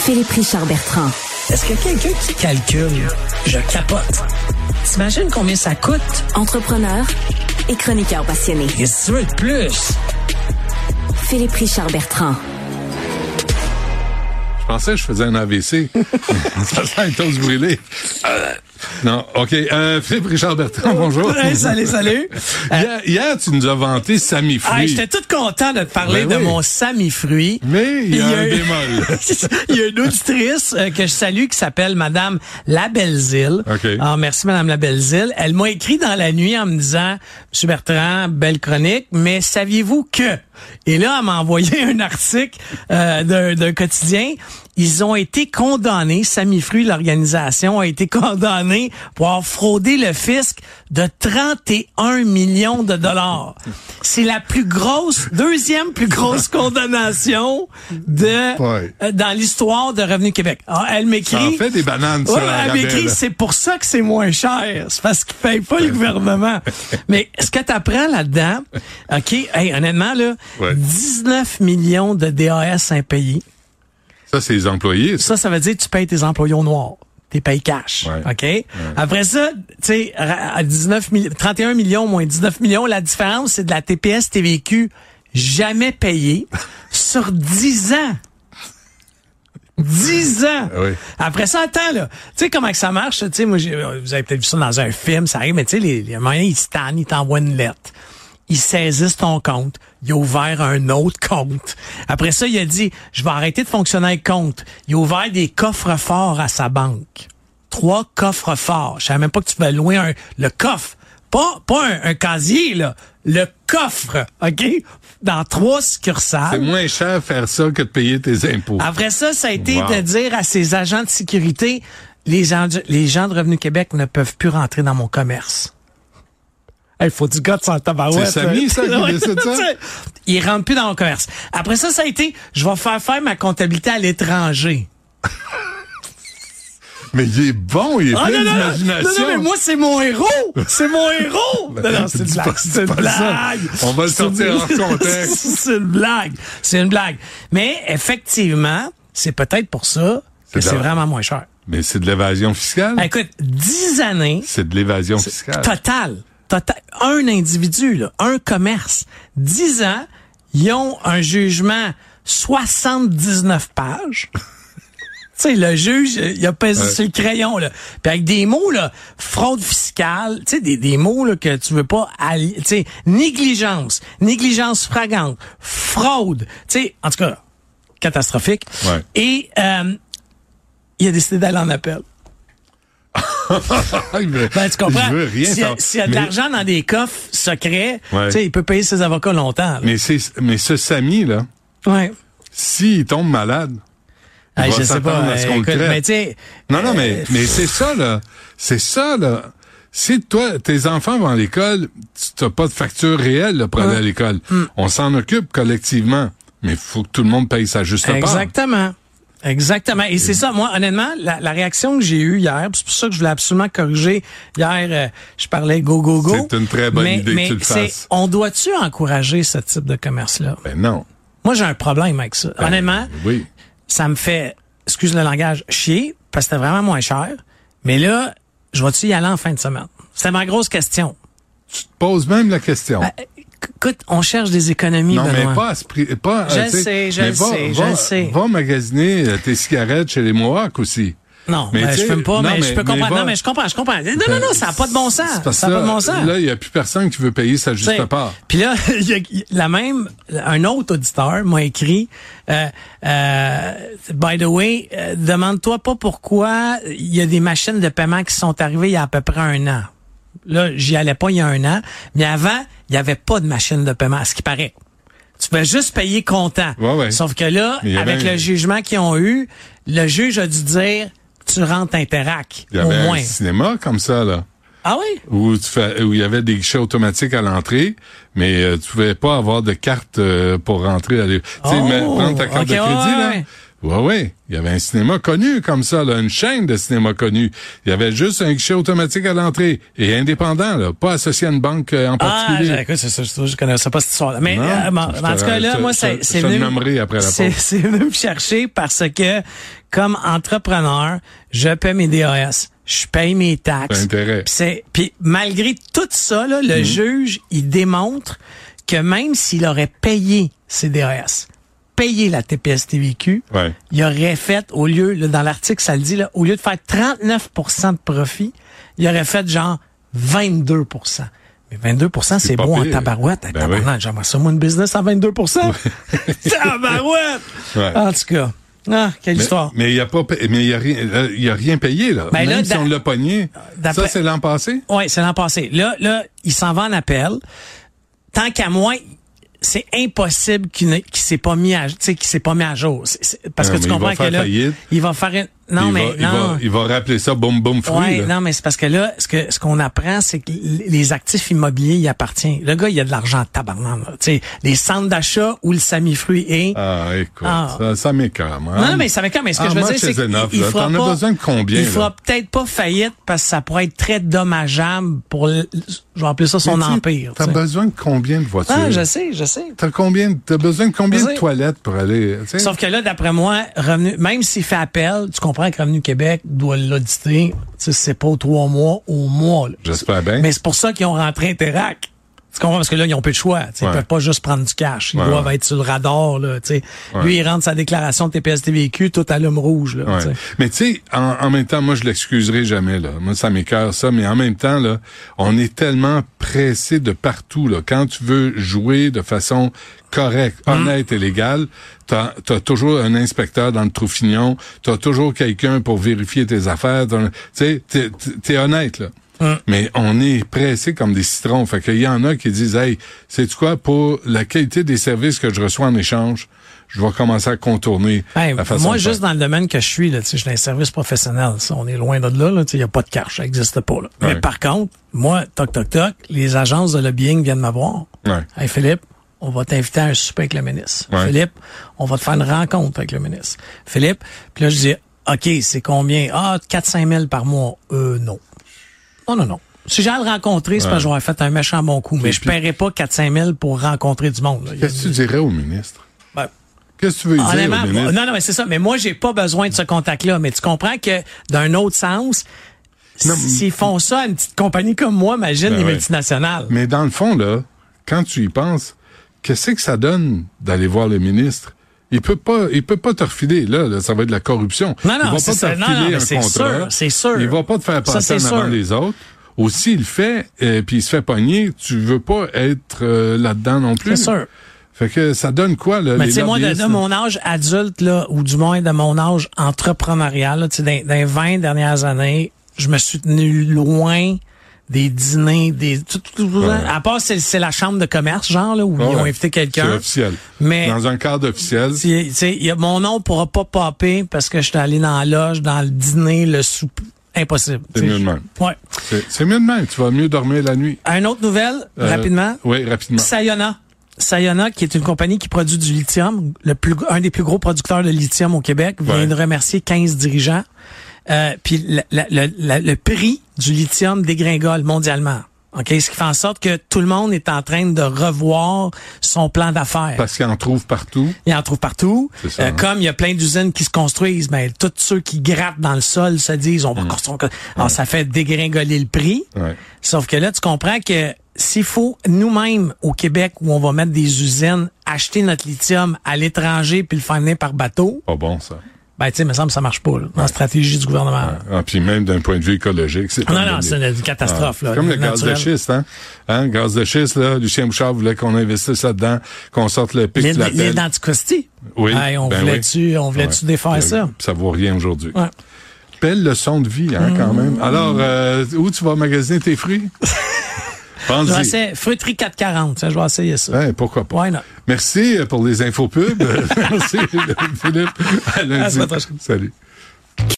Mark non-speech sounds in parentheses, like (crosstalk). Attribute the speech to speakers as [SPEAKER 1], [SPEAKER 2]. [SPEAKER 1] Philippe Richard Bertrand.
[SPEAKER 2] Est-ce que quelqu'un qui calcule, je capote. T'imagines combien ça coûte?
[SPEAKER 1] Entrepreneur et chroniqueur passionné.
[SPEAKER 2] Et si tu veux de plus?
[SPEAKER 1] Philippe Richard Bertrand.
[SPEAKER 3] Je pensais que je faisais un AVC. ça sent une toast brûlée. Euh, non, OK. Euh, Philippe Richard Bertrand, bonjour.
[SPEAKER 4] Ouais, salut, salut. Euh,
[SPEAKER 3] (laughs) Hier, hier, tu nous as vanté Samy
[SPEAKER 4] ah,
[SPEAKER 3] Fruit.
[SPEAKER 4] J'étais tout content de te parler
[SPEAKER 3] Ben
[SPEAKER 4] de
[SPEAKER 3] oui.
[SPEAKER 4] mon Samifruit.
[SPEAKER 3] Mais il y a
[SPEAKER 4] Puis,
[SPEAKER 3] un
[SPEAKER 4] euh,
[SPEAKER 3] bémol.
[SPEAKER 4] (laughs) C'est ça. Il y a une auditrice euh, que je salue qui s'appelle Madame Labelzile. Ah,
[SPEAKER 3] OK.
[SPEAKER 4] Alors, merci Madame Labelzile. Elle m'a écrit dans la nuit en me disant, Monsieur Bertrand, belle chronique, mais saviez-vous que... Et là, elle m'a envoyé (laughs) un article euh, d'un- d'un quotidien. Ils ont été condamnés, Samifruit, l'organisation, a été condamnée pour avoir fraudé le fisc de 31 millions de dollars. C'est la plus grosse, deuxième plus grosse condamnation de
[SPEAKER 3] Ouais.
[SPEAKER 4] euh, dans l'histoire de Revenu Québec. Ah, elle m'écrit.
[SPEAKER 3] Ça en fait des bananes, ça,
[SPEAKER 4] Ouais,
[SPEAKER 3] la
[SPEAKER 4] elle m'écrit,
[SPEAKER 3] Rabel.
[SPEAKER 4] c'est pour ça que c'est moins cher. C'est parce qu'ils payent pas le
[SPEAKER 3] (laughs)
[SPEAKER 4] gouvernement. Mais ce que tu apprends là-dedans, OK, hey, honnêtement, là,
[SPEAKER 3] Ouais.
[SPEAKER 4] 19 millions de DAS impayés.
[SPEAKER 3] Ça, c'est les employés.
[SPEAKER 4] Ça,
[SPEAKER 3] ça.
[SPEAKER 4] ça veut dire que tu payes tes employés au noir. T'es payes cash.
[SPEAKER 3] Ouais.
[SPEAKER 4] OK? Après ça, tu sais, ra- à 19 mi- 31 millions moins 19 millions, la différence, c'est de la TPS TVQ jamais payée sur 10 ans. 10 ans.
[SPEAKER 3] Ah oui.
[SPEAKER 4] Après ça, attends, là. Tu sais comment que ça marche, tu sais, moi, j'ai- euh, vous avez peut-être vu ça dans un film, ça arrive, mais tu sais, les, les moyens, ils se tannent, ils t'envoient une lettre. Ils saisissent ton compte. Il a ouvert un autre compte. Après ça, il a dit, je vais arrêter de fonctionner avec compte. Il a ouvert des coffres forts à sa banque. Trois coffres forts. Je savais même pas que tu pouvais louer un, le coffre. Pas, pas un, un casier, là. Le coffre, OK? Dans trois succursales.
[SPEAKER 3] C'est moins cher faire ça que de payer tes impôts.
[SPEAKER 4] Après ça, ça a été
[SPEAKER 3] Wow.
[SPEAKER 4] de dire à ses agents de sécurité, les gens, du- les gens de Revenu Québec ne peuvent plus rentrer dans mon commerce. Il faut du gars de sans tabarouette.
[SPEAKER 3] C'est Samy,
[SPEAKER 4] hein.
[SPEAKER 3] ça,
[SPEAKER 4] (laughs)
[SPEAKER 3] qui décide ça?
[SPEAKER 4] Ils rentrent plus dans mon commerce. Après ça, ça a été, je vais faire faire ma comptabilité à l'étranger.
[SPEAKER 3] Mais il est bon, il est
[SPEAKER 4] Ah non, non,
[SPEAKER 3] plein
[SPEAKER 4] non, non,
[SPEAKER 3] d'imagination.
[SPEAKER 4] non, mais moi, c'est mon héros! C'est mon héros!
[SPEAKER 3] (laughs)
[SPEAKER 4] Non, non, c'est une
[SPEAKER 3] dis pas-
[SPEAKER 4] blague, c'est une
[SPEAKER 3] dis pas ça.
[SPEAKER 4] blague!
[SPEAKER 3] On va le
[SPEAKER 4] C'est une- (laughs)
[SPEAKER 3] sortir hors contexte.
[SPEAKER 4] C'est une blague, c'est une blague. Mais effectivement, c'est peut-être pour ça que
[SPEAKER 3] C'est de
[SPEAKER 4] c'est
[SPEAKER 3] la-
[SPEAKER 4] vraiment moins cher.
[SPEAKER 3] Mais c'est de l'évasion fiscale.
[SPEAKER 4] Ben, Écoute, 10 années
[SPEAKER 3] C'est de l'évasion fiscale.
[SPEAKER 4] totale. Total, un individu, là, un commerce. 10 ans, ils ont un jugement 79 pages. (laughs) tu sais, le juge, euh, il a pesé
[SPEAKER 3] Ouais.
[SPEAKER 4] sur le crayon. Là. Puis avec des mots, là, fraude fiscale, tu sais, des, des mots là, que tu veux pas... allier- Tu sais, négligence, négligence fragante, fraude, tu sais, en tout cas, catastrophique.
[SPEAKER 3] Ouais.
[SPEAKER 4] Et euh, il a décidé d'aller en appel.
[SPEAKER 3] Ah,
[SPEAKER 4] Ben, tu comprends?
[SPEAKER 3] Je veux rien
[SPEAKER 4] S'il y a,
[SPEAKER 3] savoir.
[SPEAKER 4] s'il y a de
[SPEAKER 3] Mais-
[SPEAKER 4] l'argent dans des coffres secrets,
[SPEAKER 3] Ouais.
[SPEAKER 4] tu sais, il peut payer ses avocats longtemps. là.
[SPEAKER 3] Mais, c'est- mais ce Samy, là,
[SPEAKER 4] ouais.
[SPEAKER 3] s'il tombe malade, il
[SPEAKER 4] Hey,
[SPEAKER 3] va
[SPEAKER 4] je sais
[SPEAKER 3] s'attendre
[SPEAKER 4] pas. euh,
[SPEAKER 3] à ce qu'on le
[SPEAKER 4] écoute, ben,
[SPEAKER 3] traite.
[SPEAKER 4] mais tu sais,
[SPEAKER 3] Non, non, mais,
[SPEAKER 4] euh,
[SPEAKER 3] mais c'est ça, là. C'est ça, là. Si toi, tes enfants vont à l'école, tu t'as pas de facture réelle là, pour aller à l'école.
[SPEAKER 4] Mm.
[SPEAKER 3] On s'en occupe collectivement. Mais il faut que tout le monde paye sa juste part.
[SPEAKER 4] Exactement. Exactement. Et c'est ça, moi, honnêtement, la, la réaction que j'ai eue hier, puis c'est pour ça que je voulais absolument corriger. Hier, euh, je parlais go, go, go.
[SPEAKER 3] C'est une très bonne
[SPEAKER 4] mais,
[SPEAKER 3] idée que
[SPEAKER 4] mais
[SPEAKER 3] tu le
[SPEAKER 4] c'est-
[SPEAKER 3] fasses.
[SPEAKER 4] On doit-tu encourager ce type de commerce-là?
[SPEAKER 3] Ben non.
[SPEAKER 4] Moi, j'ai un problème avec ça.
[SPEAKER 3] Ben,
[SPEAKER 4] Honnêtement,
[SPEAKER 3] Oui.
[SPEAKER 4] ça me fait, excuse le langage, chier, parce que c'était vraiment moins cher. Mais là, je vais-tu y aller en fin de semaine? C'est ma grosse question.
[SPEAKER 3] Pose même la question.
[SPEAKER 4] Euh, Écoute, on cherche des économies,
[SPEAKER 3] non,
[SPEAKER 4] Benoît.
[SPEAKER 3] mais pas à ce prix. Pas,
[SPEAKER 4] Je
[SPEAKER 3] euh, tu
[SPEAKER 4] le sais, je
[SPEAKER 3] mais
[SPEAKER 4] le
[SPEAKER 3] va-
[SPEAKER 4] sais, je
[SPEAKER 3] va-
[SPEAKER 4] le sais.
[SPEAKER 3] Va magasiner euh, tes cigarettes chez les Mohawks aussi.
[SPEAKER 4] Non, ben,
[SPEAKER 3] tu
[SPEAKER 4] je
[SPEAKER 3] sais,
[SPEAKER 4] fume pas,
[SPEAKER 3] non,
[SPEAKER 4] mais, je peux comprendre.
[SPEAKER 3] va-
[SPEAKER 4] non, mais je comprends, je comprends. Non, non, non, ça n'a pas de bon sens.
[SPEAKER 3] C'est parce
[SPEAKER 4] Ça n'a
[SPEAKER 3] que
[SPEAKER 4] pas de
[SPEAKER 3] là-
[SPEAKER 4] bon sens.
[SPEAKER 3] Là, il n'y a plus personne qui veut payer sa juste
[SPEAKER 4] T'sais,
[SPEAKER 3] part.
[SPEAKER 4] Puis là, (laughs) il y a- il- la même, un autre auditeur m'a écrit, euh, euh, by the way, euh, demande-toi pas pourquoi il y a des machines de paiement qui sont arrivées il y a à peu près un an. Là, j'y allais pas il y a un an, mais avant, il n'y avait pas de machine de paiement, à ce qui paraît. Tu peux juste payer comptant.
[SPEAKER 3] Ouais, ouais.
[SPEAKER 4] Sauf que là,
[SPEAKER 3] Mais il y avait
[SPEAKER 4] avec
[SPEAKER 3] un-
[SPEAKER 4] le jugement qu'ils ont eu, le juge a dû dire, tu rentres Interac,
[SPEAKER 3] Il y
[SPEAKER 4] au
[SPEAKER 3] avait
[SPEAKER 4] moins.
[SPEAKER 3] un cinéma comme ça, là.
[SPEAKER 4] Ah oui?
[SPEAKER 3] où, tu fais- où il y avait des guichets automatiques à l'entrée, mais euh, tu pouvais pas avoir de carte euh, pour rentrer. à l'é- Tu sais,
[SPEAKER 4] Oh,
[SPEAKER 3] mais prendre ta carte
[SPEAKER 4] ok,
[SPEAKER 3] de
[SPEAKER 4] ouais,
[SPEAKER 3] crédit,
[SPEAKER 4] ouais,
[SPEAKER 3] là,
[SPEAKER 4] ouais.
[SPEAKER 3] Oui, oui. Il y avait un cinéma connu comme ça, là, une chaîne de cinéma connu. Il y avait juste un guichet automatique à l'entrée et indépendant, là, pas associé à une banque euh, en
[SPEAKER 4] Ah,
[SPEAKER 3] particulier.
[SPEAKER 4] j'ai- écoute, c'est ça, je je connais ça pas cette histoire-là. Mais
[SPEAKER 3] Non,
[SPEAKER 4] euh, en
[SPEAKER 3] je te-
[SPEAKER 4] en tout cas, là,
[SPEAKER 3] je-
[SPEAKER 4] moi,
[SPEAKER 3] je-
[SPEAKER 4] c'est
[SPEAKER 3] je
[SPEAKER 4] c'est
[SPEAKER 3] te
[SPEAKER 4] venu,
[SPEAKER 3] le nommerai après la
[SPEAKER 4] c'est-
[SPEAKER 3] pause.
[SPEAKER 4] c'est venu me chercher parce que, comme entrepreneur, je paie mes DAS, je paye mes
[SPEAKER 3] T'as
[SPEAKER 4] taxes.
[SPEAKER 3] intérêt. Mm-hmm.
[SPEAKER 4] Puis c'est- Puis malgré tout ça, là, le juge, il démontre que même s'il aurait payé ses DAS, payé la TPS TVQ,
[SPEAKER 3] Ouais.
[SPEAKER 4] il aurait fait, au lieu, là, dans l'article, ça le dit, là, au lieu de faire 39 de profit, il aurait fait genre 22 Mais 22 c'est
[SPEAKER 3] pas
[SPEAKER 4] beau en
[SPEAKER 3] pire.
[SPEAKER 4] tabarouette. Hey,
[SPEAKER 3] Ben
[SPEAKER 4] tabarnak, J'aimerais ça, moi, une business à 22 (laughs) Tabarouette!
[SPEAKER 3] Ouais.
[SPEAKER 4] En tout cas, ah, quelle
[SPEAKER 3] Mais-
[SPEAKER 4] histoire.
[SPEAKER 3] Mais il n'y a pas, pa- mais il y a rien, là, il y a rien payé là.
[SPEAKER 4] Ben
[SPEAKER 3] Même
[SPEAKER 4] là,
[SPEAKER 3] si
[SPEAKER 4] d'a-
[SPEAKER 3] on l'a pogné.
[SPEAKER 4] d'après-
[SPEAKER 3] Ça c'est l'an passé.
[SPEAKER 4] Oui, c'est l'an passé. Là, là, il s'en va en appel. Tant qu'à moi, c'est impossible qu'il ne- qu'il s'est pas mis à, tu sais, qu'il s'est pas mis à jour. C'est- c'est- parce
[SPEAKER 3] Non,
[SPEAKER 4] que tu
[SPEAKER 3] mais il
[SPEAKER 4] comprends
[SPEAKER 3] va
[SPEAKER 4] que
[SPEAKER 3] faire
[SPEAKER 4] là,
[SPEAKER 3] faillite.
[SPEAKER 4] il va faire une, non,
[SPEAKER 3] il
[SPEAKER 4] mais,
[SPEAKER 3] va, il
[SPEAKER 4] non.
[SPEAKER 3] va- il va rappeler ça boum boum fruit.
[SPEAKER 4] Ouais,
[SPEAKER 3] là.
[SPEAKER 4] non, mais c'est parce que là, ce que ce qu'on apprend, c'est que l- les actifs immobiliers y appartiennent. Le gars, il a de l'argent en tabarnak. là. Tu sais, les centres d'achat où le samifruit est.
[SPEAKER 3] Ah, écoute,
[SPEAKER 4] Ah.
[SPEAKER 3] ça, ça m'écœure, moi.
[SPEAKER 4] Non, non, mais ça fait quand même. Ce que
[SPEAKER 3] Ah,
[SPEAKER 4] je veux
[SPEAKER 3] moi,
[SPEAKER 4] dire,
[SPEAKER 3] chez
[SPEAKER 4] c'est qu'il
[SPEAKER 3] Zenoff,
[SPEAKER 4] il
[SPEAKER 3] là,
[SPEAKER 4] fera
[SPEAKER 3] t'en as
[SPEAKER 4] pas-
[SPEAKER 3] besoin de combien,
[SPEAKER 4] Il
[SPEAKER 3] là?
[SPEAKER 4] fera peut-être pas faillite parce que ça pourrait être très dommageable pour. l- Je vais appeler ça son
[SPEAKER 3] Mais tu-
[SPEAKER 4] empire.
[SPEAKER 3] T'as
[SPEAKER 4] tu sais.
[SPEAKER 3] besoin de combien de voitures?
[SPEAKER 4] Ah, je sais, je sais.
[SPEAKER 3] T'as combien, t'as besoin de combien
[SPEAKER 4] Je
[SPEAKER 3] de
[SPEAKER 4] sais.
[SPEAKER 3] toilettes pour aller, tu sais?
[SPEAKER 4] Sauf que là, d'après moi, revenu, même s'il fait appel, tu comprends que Revenu Québec doit l'auditer. Tu sais, c'est pas aux trois mois, au mois. là.
[SPEAKER 3] J'espère bien.
[SPEAKER 4] Mais c'est pour ça qu'ils ont rentré Interac. Tu comprends? Parce que là, ils ont peu de choix. tu sais. Ils
[SPEAKER 3] Ouais.
[SPEAKER 4] peuvent pas juste prendre du cash. Ils
[SPEAKER 3] Ouais.
[SPEAKER 4] doivent être sur le radar. Là, tu sais. Lui, il rentre sa déclaration de TPS TVQ tout à l'homme rouge. Là,
[SPEAKER 3] Ouais.
[SPEAKER 4] tu sais.
[SPEAKER 3] Mais tu sais, en, en même temps, moi, je l'excuserai jamais, là. Moi, ça m'écœure, ça. Mais en même temps, là, on est tellement pressé de partout, là. Quand tu veux jouer de façon correcte,
[SPEAKER 4] Hein?
[SPEAKER 3] honnête et légale, t'as as toujours un inspecteur dans le Troufignon, t'as toujours quelqu'un pour vérifier tes affaires. t'as- Tu sais, t'es- t'es- t'es honnête, là.
[SPEAKER 4] Hein?
[SPEAKER 3] Mais on est pressé comme des citrons. Fait qu'il y en a qui disent, hey, c'est quoi pour la qualité des services que je reçois en échange, je vais commencer à contourner
[SPEAKER 4] Hey,
[SPEAKER 3] la façon
[SPEAKER 4] Ben, moi,
[SPEAKER 3] de faire.
[SPEAKER 4] juste dans le domaine que je suis, là, tu sais, je suis dans les services professionnels. ça, on est loin de là. là, tu sais, Il n'y a pas de cash. Ça n'existe pas. là. Mais
[SPEAKER 3] Ouais.
[SPEAKER 4] par contre, moi, toc, toc, toc, les agences de lobbying viennent m'avoir.
[SPEAKER 3] Ouais.
[SPEAKER 4] Hey, Philippe, on va t'inviter à un souper avec le ministre.
[SPEAKER 3] Ouais.
[SPEAKER 4] Philippe, on va te faire une rencontre avec le ministre. Philippe, puis là, je dis, OK, c'est combien? Ah, 4-5 000 par mois. Euh, non. Non, non, non. Si j'allais le rencontrer, c'est parce que j'aurais fait un méchant bon coup. Mais je ne paierais pas 4-5 000 pour rencontrer du monde. là. Il y a-
[SPEAKER 3] Qu'est-ce que tu dirais au ministre?
[SPEAKER 4] Ben,
[SPEAKER 3] Qu'est-ce que tu veux lui dire
[SPEAKER 4] Honnêtement,
[SPEAKER 3] au ministre?
[SPEAKER 4] non, non, mais c'est ça. Mais moi, j'ai pas besoin de ce contact-là. Mais tu comprends que d'un autre sens,
[SPEAKER 3] Non, mais-
[SPEAKER 4] s'ils font ça à une petite compagnie comme moi, imagine
[SPEAKER 3] Ben
[SPEAKER 4] les
[SPEAKER 3] ouais.
[SPEAKER 4] multinationales.
[SPEAKER 3] Mais dans le fond, là, quand tu y penses, qu'est-ce que ça donne d'aller voir le ministre? Il peut pas, il peut pas te refiler, là, là, ça va être de la corruption.
[SPEAKER 4] Non, non,
[SPEAKER 3] il va pas
[SPEAKER 4] c'est
[SPEAKER 3] te
[SPEAKER 4] ça.
[SPEAKER 3] refiler
[SPEAKER 4] Non, non, mais
[SPEAKER 3] un
[SPEAKER 4] c'est
[SPEAKER 3] contrat.
[SPEAKER 4] sûr, c'est sûr.
[SPEAKER 3] Il va pas te faire
[SPEAKER 4] Ça,
[SPEAKER 3] passer
[SPEAKER 4] c'est
[SPEAKER 3] en avant
[SPEAKER 4] sûr.
[SPEAKER 3] des autres. Aussi, il le fait, et puis il se fait pogner, tu veux pas être euh, là-dedans non plus.
[SPEAKER 4] C'est sûr.
[SPEAKER 3] Fait que ça donne quoi, là,
[SPEAKER 4] Mais
[SPEAKER 3] les
[SPEAKER 4] tu sais, moi, de,
[SPEAKER 3] lobbyistes,
[SPEAKER 4] de
[SPEAKER 3] là?
[SPEAKER 4] mon âge adulte, là, ou du moins de mon âge entrepreneurial, là, tu sais, dans, dans les 20 dernières années, je me suis tenu loin des dîners, des. tout- tout- tout- À part, c'est c'est la chambre de commerce, genre, là, où ils
[SPEAKER 3] Ouais,
[SPEAKER 4] ont
[SPEAKER 3] ouais.
[SPEAKER 4] invité
[SPEAKER 3] C'est
[SPEAKER 4] quelqu'un.
[SPEAKER 3] officiel.
[SPEAKER 4] Mais-
[SPEAKER 3] Dans un cadre officiel.
[SPEAKER 4] Tu sais, il y a- mon nom pourra pas popper parce que je suis allé dans la loge, dans le dîner, le souper. Impossible. Tu
[SPEAKER 3] C'est
[SPEAKER 4] sais,
[SPEAKER 3] mieux de même.
[SPEAKER 4] Ouais.
[SPEAKER 3] C'est c'est mieux de même. Tu vas mieux dormir la nuit.
[SPEAKER 4] Une autre nouvelle,
[SPEAKER 3] Euh,
[SPEAKER 4] rapidement.
[SPEAKER 3] Oui, rapidement.
[SPEAKER 4] Sayona. Sayona, qui est une compagnie qui produit du lithium, le plus, un des plus gros producteurs de lithium au Quéc, vient
[SPEAKER 3] Ouais.
[SPEAKER 4] de remercier 15 dirigeants. Euh, puis la- la- la- la- le prix du lithium dégringole mondialement. OK? Ce qui fait en sorte que tout le monde est en train de revoir son plan d'affaires.
[SPEAKER 3] Parce qu'on en trouve partout.
[SPEAKER 4] Il en trouve partout.
[SPEAKER 3] C'est ça,
[SPEAKER 4] Euh,
[SPEAKER 3] hein.
[SPEAKER 4] Comme il y a plein d'usines qui se construisent, ben, tous ceux qui grattent dans le sol se disent, on va construire. Alors, ça fait dégringoler le prix.
[SPEAKER 3] Mm. Ouais.
[SPEAKER 4] Sauf que là, tu comprends que s'il faut nous-mêmes au Québec où on va mettre des usines, acheter notre lithium à l'étranger puis le faire venir par bateau,
[SPEAKER 3] Pas bon, ça.
[SPEAKER 4] ben, tu sais, il me semble que ça marche pas, là, dans la stratégie du gouvernement.
[SPEAKER 3] Ah, puis même d'un point de vue écologique, c'est pas
[SPEAKER 4] Non,
[SPEAKER 3] une
[SPEAKER 4] non,
[SPEAKER 3] bonne
[SPEAKER 4] c'est
[SPEAKER 3] idée.
[SPEAKER 4] une catastrophe, là,
[SPEAKER 3] C'est Comme le gaz de
[SPEAKER 4] naturelle.
[SPEAKER 3] schiste, hein? hein? Le gaz de schiste, là, Lucien Bouchard voulait qu'on investisse là-dedans, qu'on sorte le pic de
[SPEAKER 4] L'île
[SPEAKER 3] la
[SPEAKER 4] l'île
[SPEAKER 3] pelle.
[SPEAKER 4] d'Anticosti.
[SPEAKER 3] Oui,
[SPEAKER 4] Hey, on
[SPEAKER 3] ben
[SPEAKER 4] voulait-tu, on voulait-tu
[SPEAKER 3] Ouais.
[SPEAKER 4] défaire
[SPEAKER 3] Puis,
[SPEAKER 4] ça?
[SPEAKER 3] puis Ça vaut rien aujourd'hui.
[SPEAKER 4] Ouais. Mm.
[SPEAKER 3] Belle leçon de vie, hein, quand même. Alors, euh, où tu vas magasiner
[SPEAKER 4] (laughs)
[SPEAKER 3] tes fruits?
[SPEAKER 4] Je vais
[SPEAKER 3] Pense-y.
[SPEAKER 4] essayer, fruiterie 440, tiens, je vais essayer ça.
[SPEAKER 3] Ouais, pourquoi pas?
[SPEAKER 4] Why not?
[SPEAKER 3] (laughs) Merci euh, pour les infos pubs. Merci, Philippe. À lundi.
[SPEAKER 4] la prochaine.
[SPEAKER 3] Salut.